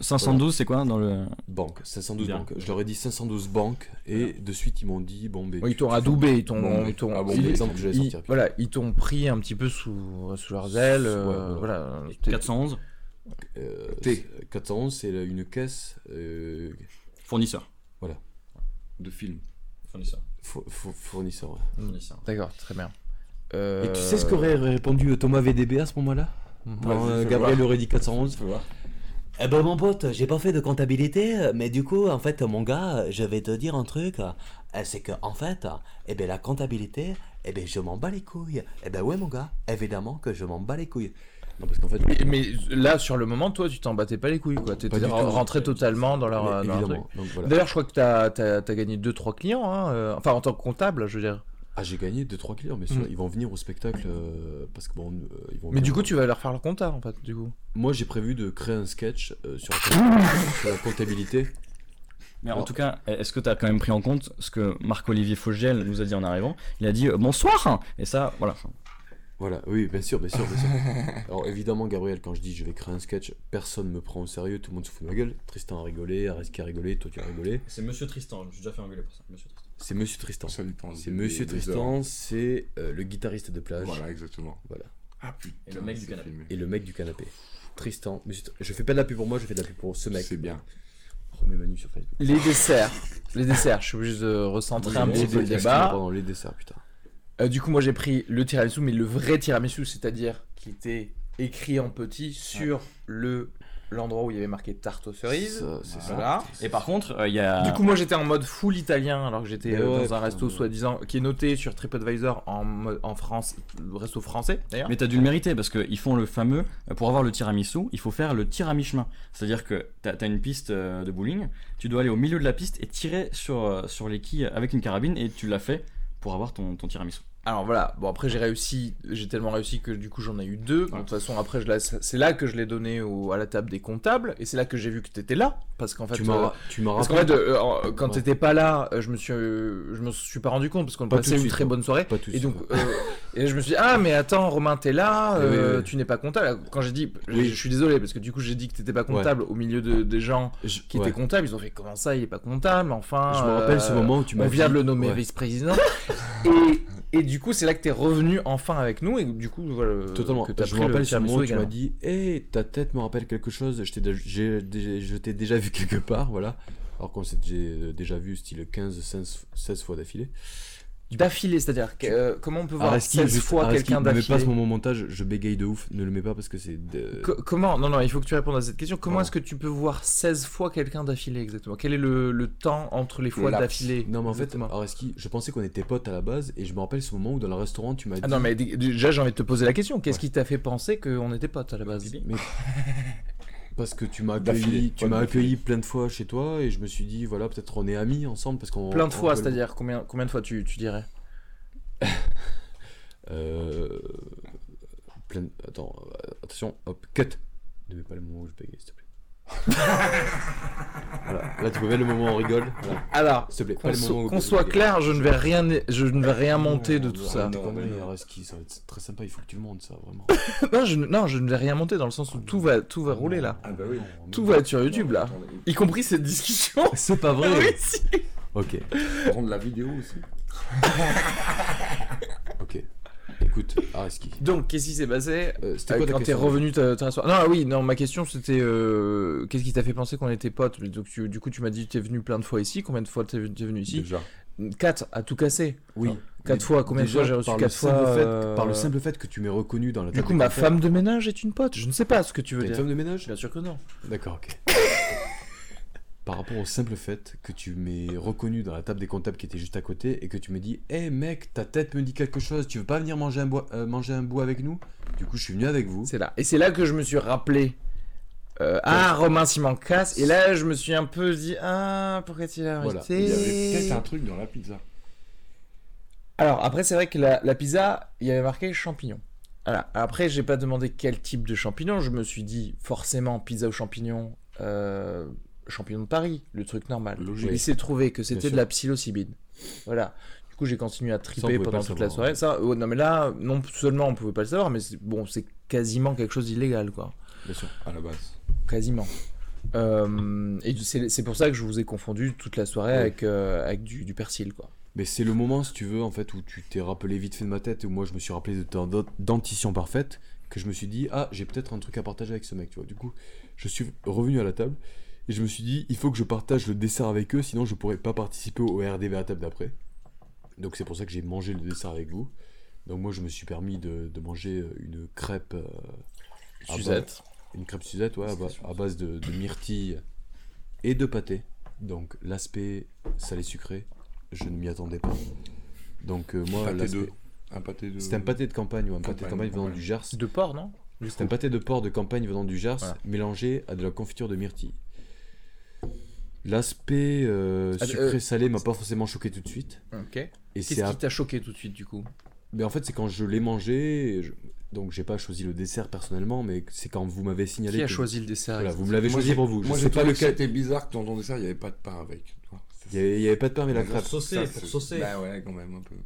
C: 512, c'est quoi dans le...
D: Banque, 512
C: Bien.
D: banques. Je leur ai dit 512 banques et de suite ils m'ont dit bon ben.
A: Oui, ils
D: tu-
A: t'ont
D: tu-
A: adoubé, ils t'ont.
E: Bon,
A: ils t'ont-
E: ah bon,
A: ils-
D: C'est l'exemple que j'allais
A: ils-
D: sortir.
A: voilà, ils t'ont pris un petit peu sous, sous leurs ailes. euh,
D: Ouais,
A: voilà. T'es-
C: 411,
D: Euh,
E: T.
D: c'est- 411 c'est la- une caisse euh,
C: fournisseur.
E: De film.
C: Fournisseur.
D: fo- fo- fournisseur. ouais.
C: Fournisseur.
A: D'accord, très bien. Euh,
D: Et tu sais ce qu'aurait répondu euh, Thomas VDB à ce moment-là
E: Vas-y,
D: Quand, euh,
E: fais
D: Gabriel
E: voir.
D: aurait dit 411.
E: Fais voir.
F: Eh ben mon pote, j'ai pas fait de comptabilité, euh, mais du coup, en fait, mon gars, euh, je vais te dire un truc, euh, euh, c'est que, en fait, euh, eh ben la comptabilité, eh ben je m'en bats les couilles. Eh ben ouais mon gars, évidemment que je m'en bats les couilles.
D: Non parce qu'en fait.
A: Mais, mais là, sur le moment, toi, tu t'en battais pas les couilles, quoi. T'étais
D: Pas du
A: re-
D: tout.
A: rentré totalement dans leur.
D: mais
A: euh, dans leur truc.
D: évidemment. Donc, voilà.
A: D'ailleurs, je crois que t'as as, gagné 2-3 clients, hein, euh, enfin en tant que comptable, je veux dire.
D: Ah j'ai gagné 2-3 clients mais sûr,
A: Mm.
D: ils vont venir au spectacle euh, parce que bon euh, ils vont.
A: Mais du
D: venir-
A: coup, tu vas leur faire leur compta, en fait, du coup.
D: Moi j'ai prévu de créer un sketch euh, sur la- sur la comptabilité.
C: Mais en
D: Alors-
C: tout cas, est-ce que tu as quand même pris en compte ce que Marc-Olivier Fogiel nous a dit en arrivant Il a dit euh, bonsoir Et ça, voilà.
D: Voilà, oui, bien sûr, bien sûr, bien sûr. Alors évidemment, Gabriel, quand je dis je vais créer un sketch, personne me prend au sérieux, tout le monde se fout de ma gueule. Tristan a rigolé, Areski a rigolé, toi tu as rigolé.
C: C'est Monsieur Tristan, je suis déjà fait engueuler pour ça. Monsieur Tristan.
D: C'est Monsieur Tristan.
E: Ça lui prend
D: C'est
E: des-
D: Monsieur
E: des heures.
D: Tristan, c'est euh, le guitariste de plage.
E: Voilà, exactement.
D: Voilà.
E: Ah putain.
C: Et le mec du
E: c'est
C: canapé.
E: filmé.
D: Et le mec du canapé. Tristan. Mais c'est- je fais pas de la pub pour moi, je fais de la pub pour ce mec.
E: C'est bien.
D: Remets Manu sur Facebook.
A: Les desserts. Les desserts, je suis obligé de recentrer un petit peu le débat.
D: Pendant les desserts, putain.
A: Euh, du coup, moi j'ai pris le tiramisu, mais le vrai tiramisu, c'est-à-dire qui était écrit en petit sur le l'endroit où il y avait marqué tarte aux cerises.
D: Ça, c'est ça.
A: Voilà.
C: Et par contre, euh, il y a.
A: Du coup, moi j'étais en mode full italien alors que j'étais
D: Mais
A: euh,
D: ouais,
A: dans un
D: putain,
A: resto
D: ouais.
A: soi-disant qui est noté sur TripAdvisor en, mode- en France, le resto français d'ailleurs.
C: Mais t'as dû le mériter parce qu'ils font le fameux. euh, Pour avoir le tiramisu, il faut faire le tir à mi-chemin. C'est-à-dire que t'as as une piste euh, de bowling, tu dois aller au milieu de la piste et tirer sur, euh, sur les quilles avec une carabine et tu l'as fait pour avoir ton, ton tiramisu.
A: Alors voilà, bon après j'ai réussi, j'ai tellement réussi que du coup j'en ai eu deux. Bon, De
C: Ouais.
A: toute façon, après, je la- c'est là que je l'ai donné au- à la table des comptables et c'est là que j'ai vu que t'étais là parce qu'en fait.
D: Tu
A: euh,
D: m'en tu m'en
A: Parce qu'en
D: rappelles.
A: fait, euh, euh, quand
D: Ouais.
A: t'étais pas là, euh, je me suis, euh, je me suis pas rendu compte parce qu'on
D: Pas tout de
A: passait une
D: suite,
A: très
D: non.
A: bonne soirée.
D: Pas tous.
A: Et donc, euh, et je me suis dit, ah, mais attends, Romain, t'es là,
D: Oui, oui,
A: euh,
D: oui.
A: tu n'es pas comptable. Quand j'ai dit, je-
D: Oui.
A: je suis désolé, parce que du coup, j'ai dit que t'étais pas comptable au milieu de, des gens
D: Je-
A: qui
D: ouais.
A: étaient comptables. Ils ont fait, comment ça, il est pas comptable, enfin.
D: Je me rappelle
A: euh,
D: ce moment où tu m'as
A: On vient
D: dit-
A: de le nommer
D: Ouais.
A: vice-président. et, et du coup, c'est là que t'es revenu enfin avec nous, et du coup, voilà. euh,
D: Totalement.
A: Que t'as
D: je
A: pris
D: me
A: le
D: rappelle ce
A: tiramisu
D: moment où tu m'as
A: également.
D: dit Hé, ta tête me rappelle quelque chose, je t'ai dé- j'ai- dé- je t'ai déjà vu quelque part, voilà. Alors qu'on s'est dé- euh, déjà vu, style 15, 16, 16 fois d'affilée.
A: D'affilée, c'est-à-dire, que, euh, comment on peut voir
D: Araski,
A: 16
D: juste-
A: fois
D: Araski,
A: quelqu'un
D: Ne mets pas ce
A: d'affilée
D: moment au montage, je bégaye de ouf, ne le mets pas parce que c'est. de-
A: Co- comment Non, non, il faut que tu répondes à cette question. Comment
D: Pardon.
A: est-ce que tu peux voir 16 fois quelqu'un d'affilée exactement Quel est le, le temps entre les fois
E: laps.
A: d'affilée
D: Non, mais en fait, euh,
A: exactement
D: Araski, je pensais qu'on était potes à la base, et je me rappelle ce moment où dans le restaurant, tu m'as dit.
A: Ah non, mais d- déjà, j'ai envie de te poser la question. Qu'est-ce
D: Ouais. Bah,
A: qui t'a fait penser qu'on était potes à la base
D: Mais- Parce que tu m'as
E: D'affilée,
D: accueilli, tu
E: ouais,
D: m'as
E: d'affilée.
D: accueilli plein de fois chez toi, et je me suis dit, voilà, peut-être on est amis ensemble, parce qu'on.
A: Plein de
D: on
A: fois,
D: rigole beaucoup.
A: c'est-à-dire combien, combien de fois tu, tu dirais
D: Euh... Plein... Attends, euh, attention, hop, cut. Ne mets pas le moment où je bégaye, s'il te plaît. voilà. Là, tu peux mettre le moment où on rigole. Voilà.
A: Alors,
D: S'il te plaît, pas
A: qu'on
D: le moment
A: so-
D: où
A: qu'on soit clair, je ne vais rien, je ne vais rien monter de tout ça.
D: Non,
B: mais non.
D: ça va être très sympa, il faut que tu le montes, ça, vraiment.
A: Non, je, ne- non, je ne vais rien monter dans le sens où tout va, tout va rouler là.
B: Ah bah oui.
A: Tout va être sur YouTube là. Y compris cette discussion.
D: C'est pas
A: Ah Oui,
D: vrai
A: si.
D: Ok,
E: Rendre la vidéo aussi.
D: ok. Écoute, Araski.
A: Donc, qu'est-ce qui s'est passé
D: Euh, C'était
A: Euh,
D: quoi ta
A: quand t'es
D: question
A: revenu ta, ta soirée- Non, ah oui, non, ma question c'était euh, qu'est-ce qui t'a fait penser qu'on était potes Donc, tu- Du coup, tu m'as dit t'es venu plein de fois ici. Combien de fois t'es t'es venu ici
E: Déjà.
A: 4 à tout casser.
D: Oui.
A: Quatre
D: Mais
A: fois, combien de
D: déjà,
A: fois j'ai reçu
D: par le
A: 4
D: simple
A: fois
D: fait-
A: euh,
D: Par le simple fait que tu m'aies reconnu dans la
A: Du
D: table
A: coup,
D: des
A: ma
D: confrères.
A: femme de ménage est une pote. Je ne sais pas ce que tu veux
D: T'es une
A: dire.
D: femme de ménage
A: Bien sûr que non.
D: D'accord, ok. Par rapport au simple fait que tu m'es reconnu dans la table des comptables qui était juste à côté et que tu me dis Hé mec, ta tête me dit quelque chose, tu veux pas venir manger un, bois, euh, manger un bout avec nous Du coup, je suis venu avec vous.
A: C'est là. Et c'est là que je me suis rappelé. euh, ah, Romain s'il m'en casse. Et là, je me suis un peu dit ah pourquoi tu l'as
D: Voilà.
A: invité
E: Il y avait peut-être un truc dans la pizza.
A: Alors après c'est vrai que la, la pizza, il y avait marqué champignons. Voilà. Après j'ai pas demandé quel type de champignons, je me suis dit forcément pizza aux champignons, euh, champignons de Paris, le truc normal.
D: Logique.
A: Il s'est trouvé que c'était
D: Bien
A: de la psilocybine. Voilà. Du coup j'ai continué à
D: on
A: triper
D: pouvait pas
A: pendant
D: le
A: toute
D: savoir,
A: la soirée. Ça, ouais, non mais là non seulement on pouvait pas le savoir, mais c'est- bon c'est quasiment quelque chose d'illégal quoi
D: Bien sûr.
E: À la base.
A: quasiment. Euh, et c'est c'est pour ça que je vous ai confondu toute la soirée
D: Ouais.
A: avec, euh, avec du, du persil, quoi.
D: Mais c'est le moment, si tu veux, en fait, où tu t'es rappelé vite fait de ma tête et où moi je me suis rappelé de ta dent- dentition parfaite que je me suis dit Ah, j'ai peut-être un truc à partager avec ce mec, tu vois. Du coup, je suis revenu à la table et je me suis dit Il faut que je partage le dessert avec eux, sinon je pourrais pas participer au RDV à la table d'après. Donc c'est pour ça que j'ai mangé le dessert avec vous. Donc moi je me suis permis de, de manger une crêpe, euh, à
A: Suzette.
D: base- une crêpe Suzette, ouais, à, ba- à base de, de myrtille et de pâté. Donc l'aspect salé sucré, je ne m'y attendais pas. Donc euh, moi,
E: Un pâté
D: l'aspect-
E: de. Un pâté de.
D: c'était un pâté de campagne, ou un pâté de
E: Campagne,
D: campagne venant
E: campagne.
D: du Gers.
A: De porc, non
D: C'était un pâté de porc de campagne venant du Gers,
A: Voilà.
D: mélangé à de la confiture de myrtille. L'aspect euh,
A: Ah, euh,
D: sucré-salé m'a pas forcément choqué tout de suite.
A: Ok.
D: Et c'est
A: Qu'est-ce
D: à-
A: qui t'a choqué tout de suite du coup
D: Mais en fait, c'est quand je l'ai mangé, et je- donc j'ai pas choisi le dessert personnellement, mais c'est quand vous m'avez signalé.
A: Qui a
D: que-
A: choisi le dessert
D: Voilà,
A: exactement
D: vous me l'avez
E: Moi,
D: choisi
E: j'ai-
D: pour vous. Je
E: Moi,
D: sais
E: j'ai
D: pas
E: pas le
D: lequel.
E: C'était bizarre que dans ton dessert, il n'y avait pas de pain avec. tu vois.
D: Il y, avait, il y avait pas de pain mais la
E: Pour
D: crêpe.
B: Saucé,
E: Ça,
B: pour
E: c'est-
B: saucer.
E: Bah ouais, quand même, un peu.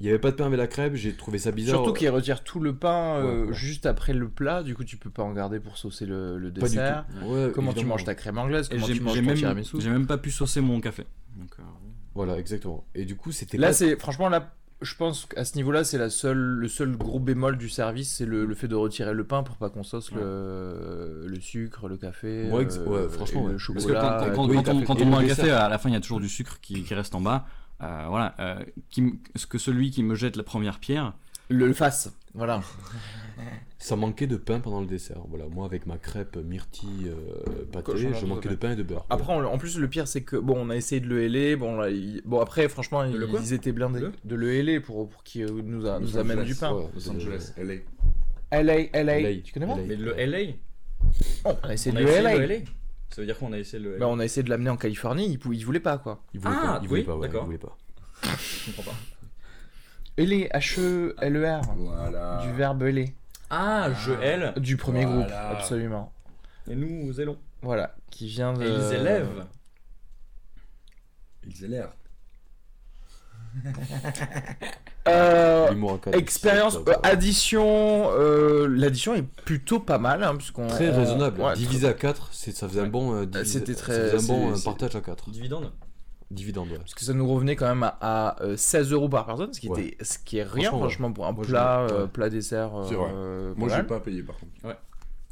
D: Il y avait pas de pain mais la crêpe. J'ai trouvé ça bizarre.
A: Surtout qu'il retire tout le pain euh,
D: euh, Ouais, voilà.
A: juste après le plat, du coup tu peux pas en garder pour saucer le, le
D: pas du
A: dessert.
D: tout. Ouais,
A: Comment tu
D: évidemment.
A: manges ta crème anglaise
C: Et
A: Comment
C: j'ai
A: tu manges
C: j'ai
A: ton
C: même,
A: tiramisu
C: j'ai même pas pu saucer mon café. Donc, euh,
D: Voilà, exactement. Et du coup, c'était
A: Là
D: pas-
A: c'est franchement là je pense qu'à ce niveau-là, c'est la seule, le seul gros bémol du service, c'est le, le fait de retirer le pain pour pas qu'on sauce le, le sucre, le café, euh,
D: Ouais, ex- ouais, franchement,
A: et le
D: ouais.
C: Parce que quand,
A: chocolat.
C: quand-
A: et
C: quand-
A: tout.
C: quand on, quand
D: Et
C: on
D: le
C: boit un
D: dessert.
C: café, à la fin, il y a toujours du sucre qui, qui reste en bas. Euh, voilà, euh, qui me- ce que celui qui me jette la première pierre,
A: le, le face, voilà.
D: Ça manquait de pain pendant le dessert. Voilà, moi avec ma crêpe myrtille euh,
A: Cochon,
D: pâté, je
A: là,
D: manquais
A: de
D: de pain et de beurre.
A: Après, on- en plus, le pire, c'est que bon, on a essayé de le héler. Bon, là, il- bon après, franchement, ils,
B: Le quoi
A: ils étaient blindés
B: Le
A: de le héler pour, pour qu'il euh, nous, a- nous amène du pain.
D: Ouais,
B: Los
D: de-
B: Angeles, LA.
A: LA, LA,
D: LA.
A: tu connais pas
D: LA.
G: Mais le LA
A: Oh, On a essayé
G: On
A: de
G: a
A: le
G: essayé
A: LA.
G: le LA Ça veut dire qu'on a essayé le LA
A: Bah, on a essayé de l'amener en Californie, il, pou- il voulait pas quoi.
D: Il voulait
G: Ah,
D: pas, il voulait
G: oui,
D: pas, ouais, il
G: d'accord.
D: voulait pas.
G: Je comprends pas.
A: Héler, E H-E-L-E-R,
E: Voilà.
A: du verbe héler,
G: Ah, je L
A: du premier
E: Voilà.
A: groupe, absolument.
G: et nous allons.
A: Voilà, qui vient de.
G: Et les élèves
E: Ils élèrent.
A: Euh,
D: L'humour à quatre,
A: Expérience,
D: c'est top,
A: euh, addition, euh, l'addition est plutôt pas mal, hein, puisqu'on.
D: Très
A: on-
D: raisonnable.
A: ouais,
D: Divisé à 4, ça faisait un bon, euh, divise-
A: c'était
D: ça
A: très-
D: faisait un bon
A: c'est-
D: euh,
A: c'est-
D: partage à 4.
G: Dividende
D: Dividende, ouais.
A: Parce que ça nous revenait quand même à, à, euh, 16 euros par personne, ce qui,
D: Ouais.
A: était, ce qui est rien,
D: Franchement, ouais.
A: franchement, pour un
D: Moi, je-
A: plat, euh,
D: ouais.
A: plat dessert. euh,
E: C'est vrai.
A: euh,
E: Moi,
A: pas
E: j'ai
A: mal.
E: pas payé par contre.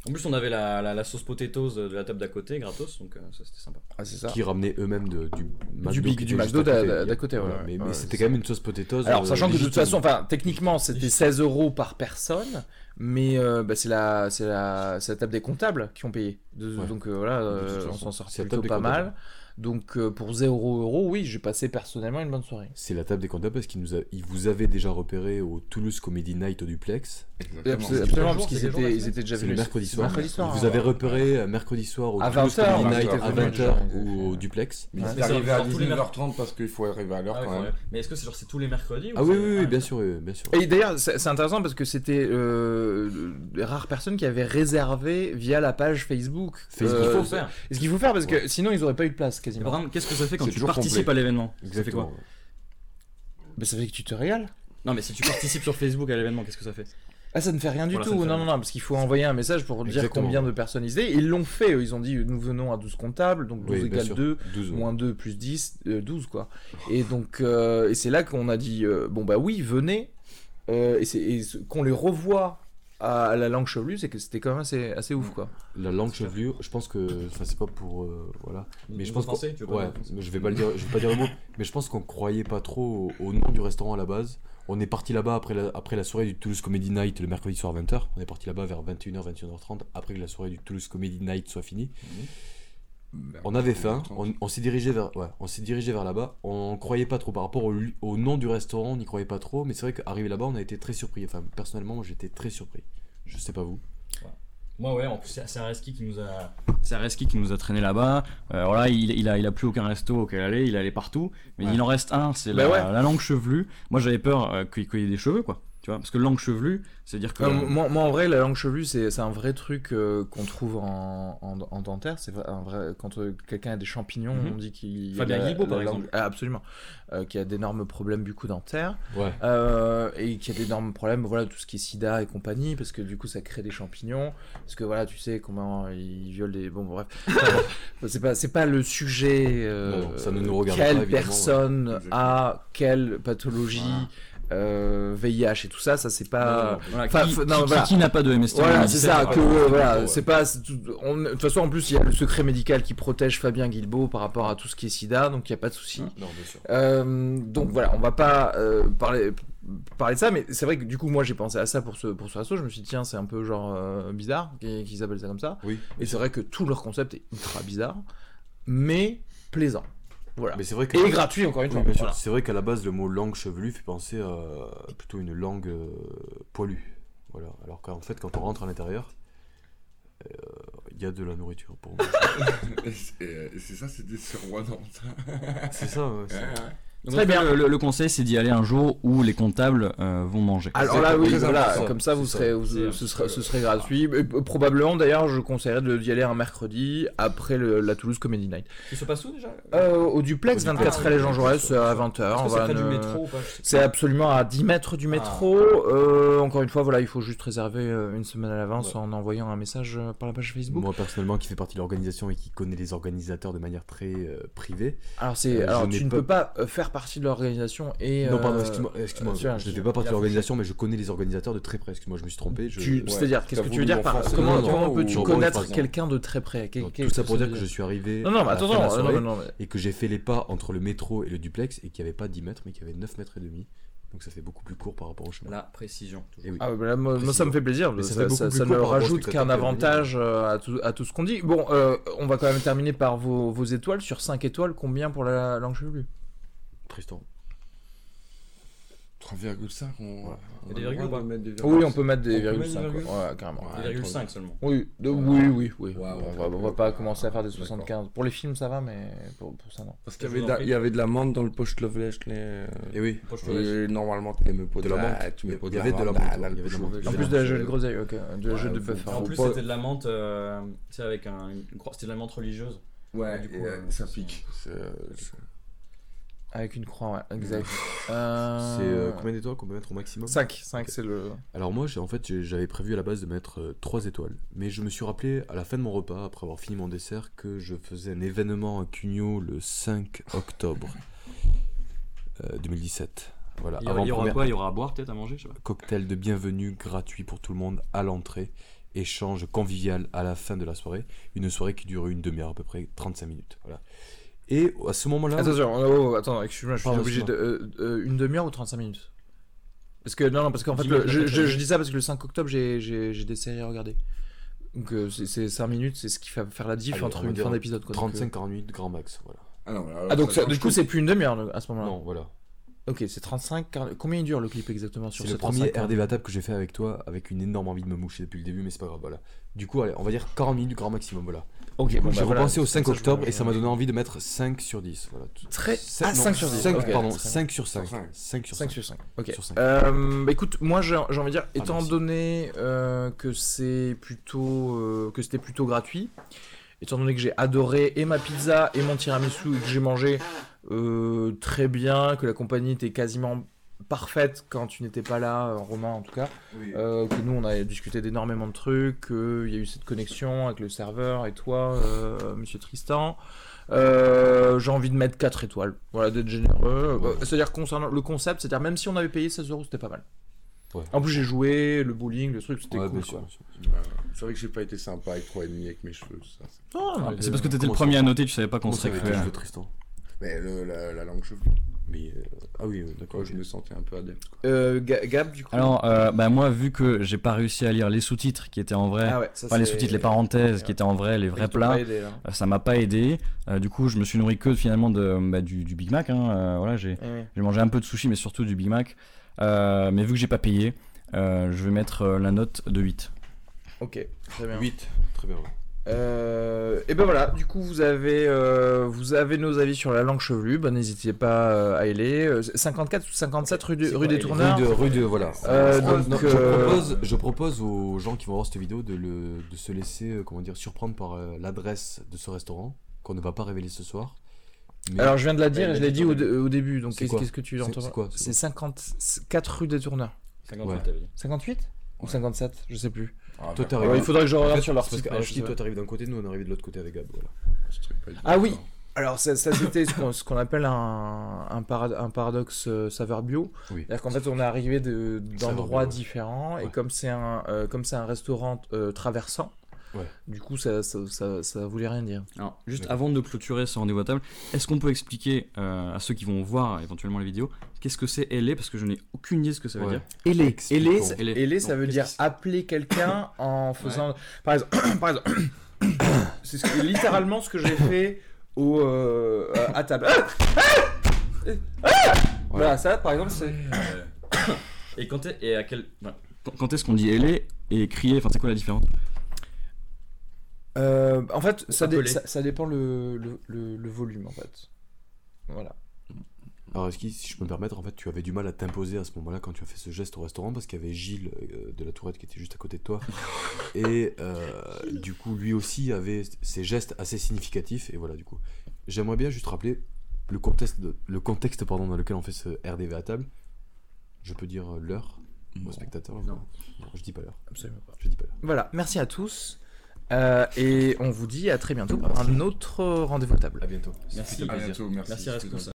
G: En plus, on avait la, la, la sauce potatoes de la table d'à côté, gratos, donc euh, ça c'était sympa.
A: Ah, c'est ça.
D: Qui ramenaient eux-mêmes de- du McDo.
A: Big-
D: qui
A: du
D: était juste
A: McDo
D: à
A: d'à- d'à- d'à côté,
D: Voilà,
A: ouais.
D: Mais, mais
A: Ouais,
D: c'était
A: c'est
D: quand même une sauce potatoes.
A: Alors,
D: euh,
A: sachant que de toute
D: légitime.
A: façon, enfin, techniquement, c'était 16 euros par personne, mais euh, bah, c'est la, c'est la, c'est la table des comptables qui ont payé. De-
D: Ouais.
A: Donc euh, voilà,
D: De toute
A: euh, on
D: façon,
A: s'en sort
D: c'est la
A: plutôt
D: table des
A: pas
D: comptables.
A: mal. Donc euh, pour 0 euros, oui, j'ai passé personnellement une bonne soirée.
D: C'est la table des comptables parce qu'ils nous a- ils vous avaient déjà repéré au Toulouse Comedy Night au duplex.
A: Absolument,
G: quel jour,
A: parce qu'ils
G: c'est quel jour de la
A: étaient, ils
G: semaine
A: étaient déjà
D: C'est
A: venus.
D: le mercredi
A: C'est
D: soir.
A: mercredi soir,
D: Ils vous
A: hein.
D: avaient repéré un mercredi soir au
A: À
D: Toulouse
A: 20 heures,
D: Comedy
A: à
D: Night
E: 20 heures,
D: à
E: ouais,
D: 20h
E: ouais,
D: ou
E: ouais.
D: au duplex.
E: Mais
G: Ouais.
E: c'est
G: Mais ça
E: arrivé
G: va
E: à
G: faire tous les
E: 19h30 parce qu'il faut arriver à l'heure
G: Ah, ouais,
E: quand
G: faut
E: même.
G: aller. Mais est-ce que c'est genre c'est tous les mercredis ou
D: Ah oui,
G: c'est-
D: oui, oui, bien
G: d'accord.
D: sûr, oui, bien sûr.
A: Et d'ailleurs, c'est c'est intéressant parce que c'était euh, des rares personnes qui avaient réservé via la page Facebook.
D: Facebook.
G: Il
A: Euh,
G: faut faire.
A: Ce qu'il faut faire parce que sinon ils auraient pas eu de place quasiment.
C: Abraham, qu'est-ce que ça fait quand
E: C'est
C: tu
E: toujours
C: participes
E: complet.
C: à l'événement Ça fait quoi
D: Exactement.
A: Bah, ça fait que tu te régales.
G: Non, mais si tu participes sur Facebook à l'événement, qu'est-ce que ça fait
A: Ah, ça ne fait rien du
G: Voilà, ça
A: tout.
G: ne fait
A: Non, non,
G: rien.
A: non, parce qu'il faut envoyer un message pour dire
D: Exactement.
A: combien de personnes ils étaient. Ils l'ont fait, eux, ils ont dit nous venons à 12 comptables, donc 12
D: Oui, bien
A: égale
D: sûr.
A: 2,
D: 12
A: moins 2 plus 10, euh, 12 quoi. Et donc, euh, et c'est là qu'on a dit euh, bon bah oui, venez. Euh, et c'est et ce- qu'on les revoit à la langue chevelue, c'est que c'était quand même assez, assez
G: Mm.
A: ouf quoi.
D: La langue chevelue, je pense que. Enfin, c'est pas pour. euh, voilà. Mais je pense qu'on-
G: penser, tu veux pas
D: ouais,
G: me penser
D: mais je vais pas le dire, je vais pas dire le mot, mais je pense qu'on croyait pas trop au, au nom du restaurant à la base. On est parti là-bas après la, après la soirée du Toulouse Comedy Night le mercredi soir 20h. On est parti là-bas vers 21h, 21h30 après que la soirée du Toulouse Comedy Night soit finie. On avait faim, on, on s'est dirigé vers ouais, on s'est dirigé vers là-bas. On croyait pas trop par rapport au, lu- au nom du restaurant, on n'y croyait pas trop, mais c'est vrai qu'arrivé là-bas, on a été très surpris. Enfin, personnellement, moi, j'étais très surpris. Je sais pas vous.
G: Moi, ouais, en plus, c'est c'est un reski qui nous a.
C: C'est Areski qui nous a traîné là-bas. Euh, voilà, il, il a, il a plus aucun resto auquel aller, il allait partout. Mais il en reste un, c'est
A: Bah
C: la,
A: ouais.
C: la langue chevelue. Moi j'avais peur euh, qu'il qu'il y ait des cheveux, quoi. Tu vois, parce que langue chevelue, c'est dire que.
A: Euh, moi, moi, en vrai, la langue chevelue, c'est c'est un vrai truc euh, qu'on trouve en, en- en dentaire. C'est vrai- un vrai quand euh, quelqu'un a des champignons,
G: Mhm.
A: on dit qu'il
G: Fabien
A: la-
G: Guilbeault,
A: la
G: par
A: langue-
G: exemple.
A: Ah, absolument, Euh, qui a d'énormes problèmes bucco dentaires
D: Ouais.
A: Euh, et qui a d'énormes problèmes, voilà, tout ce qui est sida et compagnie, parce que du coup, ça crée des champignons. Parce que voilà, tu sais comment ils violent des. Bon, bref. Enfin, c'est pas, c'est pas le sujet. euh,
D: Non, non, ça ne nous regarde
A: Quelle
D: pas, évidemment,
A: personne
E: Exactement.
A: a quelle pathologie, euh, VIH et tout ça, ça c'est pas.
C: Voilà,
A: euh, Enfin,
C: qui,
A: f- non,
C: qui- qui-
A: voilà.
C: qui n'a pas de MST
A: Voilà,
C: on
A: c'est
C: sait
A: ça,
C: pas.
A: que euh, voilà,
E: ouais.
A: c'est pas. c'est tout- on- De toute façon, en plus, il y a le secret médical qui protège Fabien Guilbeault par rapport à tout ce qui est sida, donc il n'y a pas de souci.
D: Hein.
E: Non, bien sûr.
A: Euh, donc voilà, on va pas euh, parler, parler de ça, mais c'est vrai que du coup, moi j'ai pensé à ça pour ce, pour ce resto. Je me suis dit, tiens, c'est un peu genre euh, bizarre qu'ils qu'ils appellent ça comme ça.
D: Oui.
A: Et c'est vrai que tout leur concept est ultra bizarre, mais plaisant. Voilà.
D: Mais c'est vrai que
A: Et gratuit, encore une
D: Oui,
A: fois.
D: bien sûr.
A: Voilà.
D: C'est vrai qu'à la base, le mot langue chevelue fait penser à plutôt une langue euh, poilue. Voilà. Alors qu'en fait, quand on rentre à l'intérieur, euh, il y a de la nourriture pour moi.
E: Et c'est et c'est ça, c'était sur Rwanda.
D: c'est ça. ouais, c'est-
C: Donc,
A: Très
C: en fait,
A: bien.
C: Le, le- le conseil, c'est d'y aller un jour où les comptables euh, vont manger.
A: Alors
E: C'est
A: là,
E: très
A: oui,
E: important,
A: voilà,
E: ça.
A: comme ça, vous
D: C'est
A: serez, vous-
G: C'est un
A: ce,
G: petit
A: sera-
G: peu-
A: ce serait gratuit. Et, euh, probablement, d'ailleurs, je conseillerais de- d'y aller un mercredi après le- la Toulouse Comedy Night.
G: Qui se passe où déjà
A: Euh, au duplex,
D: Au duplex,
A: 24 allée Jean Jaurès, à 20h.
G: Est-ce que
A: voilà,
G: c'est près du
A: ne-
G: métro ou pas Je sais
A: C'est absolument à 10 mètres du métro.
D: Ah.
A: Euh, encore une fois, voilà, il faut juste réserver euh, une semaine à l'avance en envoyant un message euh, par la page Facebook.
D: Moi personnellement, qui fait partie de l'organisation et qui connaît les organisateurs de manière très euh, privée,
A: alors c'est,
D: euh,
A: alors
D: je n'ai
A: tu ne
D: pas-
A: peux pas euh, faire faire partie de l'organisation et.
D: Non, pardon,
A: euh,
D: excuse-moi, excuse-moi,
A: tiens,
D: je ne
A: je-
D: fais pas partie
A: la
D: de l'organisation, mais je connais les organisateurs de très près. Excuse-moi, je me suis trompé. Je...
A: tu-
D: Ouais.
A: C'est-à-dire, qu'est-ce
E: t'as
A: que tu
E: voulu
A: veux dire
E: en
A: par
E: français,
A: comment,
D: non,
A: comment
E: ou-
A: peux-tu
E: ou-
D: par
A: connaître
D: exemple.
A: quelqu'un de très près Qu'est-
D: Donc,
A: qu'est-
D: tout ça
A: qu'est-ce
D: pour
A: ça
D: dire
A: veut
D: que je suis arrivé
A: Non, non, mais
D: à la fin de la
A: attends, attends, non,
D: soirée
A: mais non, mais-
D: et que j'ai fait les pas entre le métro et le duplex et qu'il n'y avait pas 10 mètres, mais qu'il y avait 9 mètres et demi. Donc ça fait beaucoup plus court par rapport au chemin.
G: La précision. toujours.
D: Et oui.
A: Ah, bah là, moi, moi, ça
D: Précision.
A: me fait plaisir.
D: Mais
A: ça
D: ça fait beaucoup
A: ça-
D: plus
A: ça
D: court
A: ne
D: par rapport au
A: rajoute
D: spectateur
A: qu'un
D: qui va venir.
A: avantage euh, à tout, à tout ce qu'on dit. Bon, euh, on va quand même terminer par vos, vos étoiles. Sur 5 étoiles, combien pour la langue chevelue
D: Tristan.
E: 3,5 on...
D: Voilà.
E: on a
G: des
E: le
G: virgules
E: droit
G: ou
E: de
G: pas
E: mettre des
D: Ah,
E: virgules.
A: Oui, on peut mettre des
E: On peut
A: virgules
E: mettre des
A: 5.
E: virgules
A: Ouais, carrément.
E: Ouais.
G: 1,5 seulement.
A: Oui, de- oui,
E: Voilà.
A: oui, oui.
E: Ouais,
A: on,
E: ouais,
A: va,
E: ouais,
A: on va
E: ouais.
A: pas commencer à faire des
E: D'accord.
A: 75. Pour les films, ça va, mais pour, pour ça, non.
E: Parce qu'il y
G: Je
E: avait
G: vous
E: de la-
G: en prie.
E: il y avait de la menthe dans le poche-lovlèche. Les...
D: Et Eh oui.
G: Moi, je te laisse.
E: Et normalement, tu mets pas
D: De la menthe.
E: Tu mets pas
D: Il y avait de la
E: menthe,
D: menthe,
E: ah, là,
D: il y avait
E: le
D: de la
E: poche-lovlèche.
D: menthe.
A: En
D: Je
A: plus
D: vais
A: de la
D: lancer-
A: jeu de groseille, ok. De la
E: Ouais,
A: jeu de
E: faut-
A: bœuf.
E: faut-
A: hein.
G: En
E: Ou
G: plus,
E: pas.
G: c'était de la menthe, euh, tu sais, avec un, une grosse- c'était de la menthe religieuse.
E: Ouais,
G: du
E: et,
G: coup,
E: euh,
G: euh,
E: ça
G: c'est-
E: pique. C'est, euh, c'est-
A: Avec une croix, ouais, exact.
D: C'est euh, combien d'étoiles qu'on peut mettre au maximum
A: 5, 5 c'est le.
D: Alors moi, j'ai- en fait, j'ai- j'avais prévu à la base de mettre 3 étoiles, mais je me suis rappelé à la fin de mon repas, après avoir fini mon dessert, que je faisais un événement à Cugno le 5 octobre euh, 2017. Voilà,
G: Il y aura, il y aura
D: avant-première-
G: quoi Il y aura à boire, peut-être, à manger, je sais pas.
D: cocktail de bienvenue gratuit pour tout le monde à l'entrée, échange convivial à la fin de la soirée, une soirée qui dure une demi-heure à peu près, 35 minutes. Voilà. Et à ce moment-là,
A: Attention, oh, oh, attends, excuse-moi, je suis
D: Pardon,
A: obligé de. euh, euh, une demi-heure ou 35 minutes Parce que, non, non, parce qu'en fait,
G: Dix
A: le-
G: minutes,
A: je,
G: peut-être,
A: je-
G: ouais.
A: je dis ça parce que le 5 octobre, j'ai- j'ai j'ai des séries à regarder. Donc, euh, c'est- c'est 5 minutes, c'est ce qui va faire la diff
D: Allez, on
A: entre
D: va
A: une
D: dire
A: fin d'épisode. quoi, donc,
D: 35-40 minutes grand max. Voilà.
E: Ah, non,
A: euh.
E: alors,
A: Ah, donc
E: ça
A: ça- du coup, c'est plus une demi-heure donc, à ce moment-là.
D: Non, voilà.
A: Ok, c'est 35, 40. Combien il dure le clip exactement sur
D: C'est
A: ce
D: le premier
A: 35,
D: RDV à table que j'ai fait avec toi, avec une énorme envie de me moucher depuis le début, mais c'est pas grave. Voilà. Du coup, allez, on va dire 40 minutes grand maximum. Voilà.
A: Ok, bon,
D: j'ai
A: bah, voilà.
D: repensé au 5
A: ça, je
D: octobre
A: me-
D: et ça m'a donné envie de mettre 5 sur 10. Voilà. Tout-
A: Très-
D: Sept-
A: ah,
D: non,
A: 5 sur 10,
D: cinq,
A: ok,
D: pardon,
A: très bien.
D: 5 sur 5.
E: Sur cinq.
D: 5 sur 5.
A: Cinq sur 5. Ok.
D: Sur cinq.
A: Euh, bah écoute, moi j'ai j'ai envie de dire, étant
D: merci.
A: donné euh, que c'est plutôt euh, que c'était plutôt gratuit, étant donné que j'ai adoré et ma pizza et mon tiramisu et que j'ai mangé euh, très bien, que la compagnie était quasiment parfaite quand tu n'étais pas là, euh, Romain en tout cas, euh, que nous on a discuté d'énormément de trucs, qu'il y a eu cette connexion avec le serveur et toi, euh, Monsieur Tristan. Euh, j'ai envie de mettre 4 étoiles, voilà, d'être généreux. Euh, c'est-à-dire concernant le concept, c'est-à-dire même si on avait payé 16 euros, c'était pas mal.
D: Ouais.
A: En plus j'ai joué, le bowling, le truc, c'était
D: Ouais,
A: cool.
D: bien sûr,
A: quoi.
D: bien sûr.
E: C'est vrai que j'ai pas été sympa avec 3,5 avec mes cheveux. ça, c'est-
A: Non, non,
C: Ah,
A: mais
C: C'est parce que t'étais le
D: Comment
C: premier
D: ça
C: à noter, tu savais pas qu'on
D: Comment ça
C: serait
D: avec les
C: cruel.
D: cheveux, Tristan
E: Mais le- la, la langue chevelue.
D: Mais, euh, Ah oui, euh,
E: Quoi,
D: d'accord.
E: je me sentais un peu adepte. quoi.
A: Euh, Ga- Gab, du coup.
C: Alors, euh, bah moi, vu que j'ai pas réussi à lire les sous-titres qui étaient en vrai,
A: Ah ouais, ça,
C: enfin les
A: c'est-
C: sous-titres, les parenthèses qui étaient en vrai, les
A: Ils
C: vrais
A: t'ont
C: plats,
A: pas aidé, là.
C: euh, ça m'a pas aidé. Euh, du coup, je me suis nourri que finalement de, bah, du, du Big Mac. hein, euh, voilà, j'ai
A: Eh oui.
C: j'ai mangé un peu de sushi, mais surtout du Big Mac. Euh, mais vu que j'ai pas payé, euh, je vais mettre euh, la note de 8.
A: Ok, très bien.
D: 8. Très bien.
A: Euh, et ben voilà, du coup vous avez euh, vous avez nos avis sur la langue chevelue, ben n'hésitez pas euh, à y aller. Euh, 54 ou 57 rue, du-
G: C'est
A: rue
G: quoi,
A: des
G: il est
A: tourneurs.
D: Rue de, rue de- voilà.
A: Ah, Euh,
D: Je propose-
A: donc,
D: non, je,
A: euh,
D: propose, je propose aux gens qui vont voir cette vidéo de, le, de se laisser euh, comment dire, surprendre par euh, l'adresse de ce restaurant, qu'on ne va pas révéler ce soir. Mais-
A: Alors je viens de la dire
G: Ouais,
A: et je
G: il a
A: l'ai
G: dit
A: dit
G: au
A: au, dé- au début, donc
D: C'est
A: qu'est-ce
D: quoi
A: qu'est-ce que tu
D: C'est-
A: entends
D: c'est quoi, c'est
A: C'est 54 rue des tourneurs.
G: 58,
D: Ouais.
G: t'avais dit.
A: 58 ou 57 Je sais plus.
E: Ah,
D: toi,
E: merde,
D: t'es
A: Ouais,
D: arrivé.
A: il faudrait que je
D: En
A: regarde
D: fait,
A: sur leur
D: c'est parce
A: site.
D: que
A: mais je
D: Archie,
A: sais
D: toi,
A: pas.
D: t'arrives d'un côté, nous, on est arrivé de l'autre côté avec Gab. Voilà.
E: ce truc pas du
A: Ah
E: tout,
A: oui.
E: ça.
A: Alors ça, ça, c'était ce qu'on ce qu'on appelle un, un, parad- un paradoxe euh, saveur bio.
D: Oui.
A: C'est-à-dire qu'en fait on est arrivé de-
D: Saveur
A: d'endroits
D: bio, ouais.
A: différents et
D: Ouais.
A: comme c'est un, euh, comme c'est un restaurant euh, traversant,
D: Ouais.
A: du coup ça, ça, ça, ça voulait rien dire.
C: Alors, juste
D: D'accord.
C: avant de clôturer ce rendez-vous à table, est-ce qu'on peut expliquer euh, à ceux qui vont voir éventuellement la vidéo qu'est-ce que c'est LA Parce que je n'ai aucune idée ce que ça veut
D: Ouais.
C: dire.
A: Ailé,
D: Expliquons.
A: ailé, ça-
C: Ailé.
A: ailé, ça
C: Donc,
A: veut
C: qu'est-ce
A: dire
C: que c'est
A: appeler quelqu'un en faisant. Par exemple, par exemple, c'est ce que- littéralement ce que j'ai fait au euh, à- à table. Voilà, ça par exemple c'est.
G: Et quand t'es- et à quel. voilà.
C: Quand- Quand est-ce qu'on dit LA et crier Enfin, c'est quoi la différence
A: Euh, en fait, ça, dé-
G: Appeler.
A: ça, ça dépend le, le, le- le volume en fait. Voilà.
D: Alors, est-ce que, si je peux me permettre, en fait, tu avais du mal à t'imposer à ce moment-là quand tu as fait ce geste au restaurant parce qu'il y avait Gilles euh, de la Tourette qui était juste à côté de toi. et euh, du coup, lui aussi avait ces gestes assez significatifs. Et voilà, du coup, j'aimerais bien juste rappeler le contexte, de- le contexte pardon, dans lequel on fait ce RDV à table. Je peux dire euh, l'heure
E: Non.
D: au spectateur
G: Non.
D: je dis pas l'heure.
A: Absolument pas.
D: Je dis pas l'heure.
A: Voilà, merci à tous. euh, et on vous dit à très bientôt pour un autre rendez-vous à table.
D: À bientôt.
G: Merci,
E: À
G: plaisir.
E: bientôt, merci.
G: Merci, Rasmus.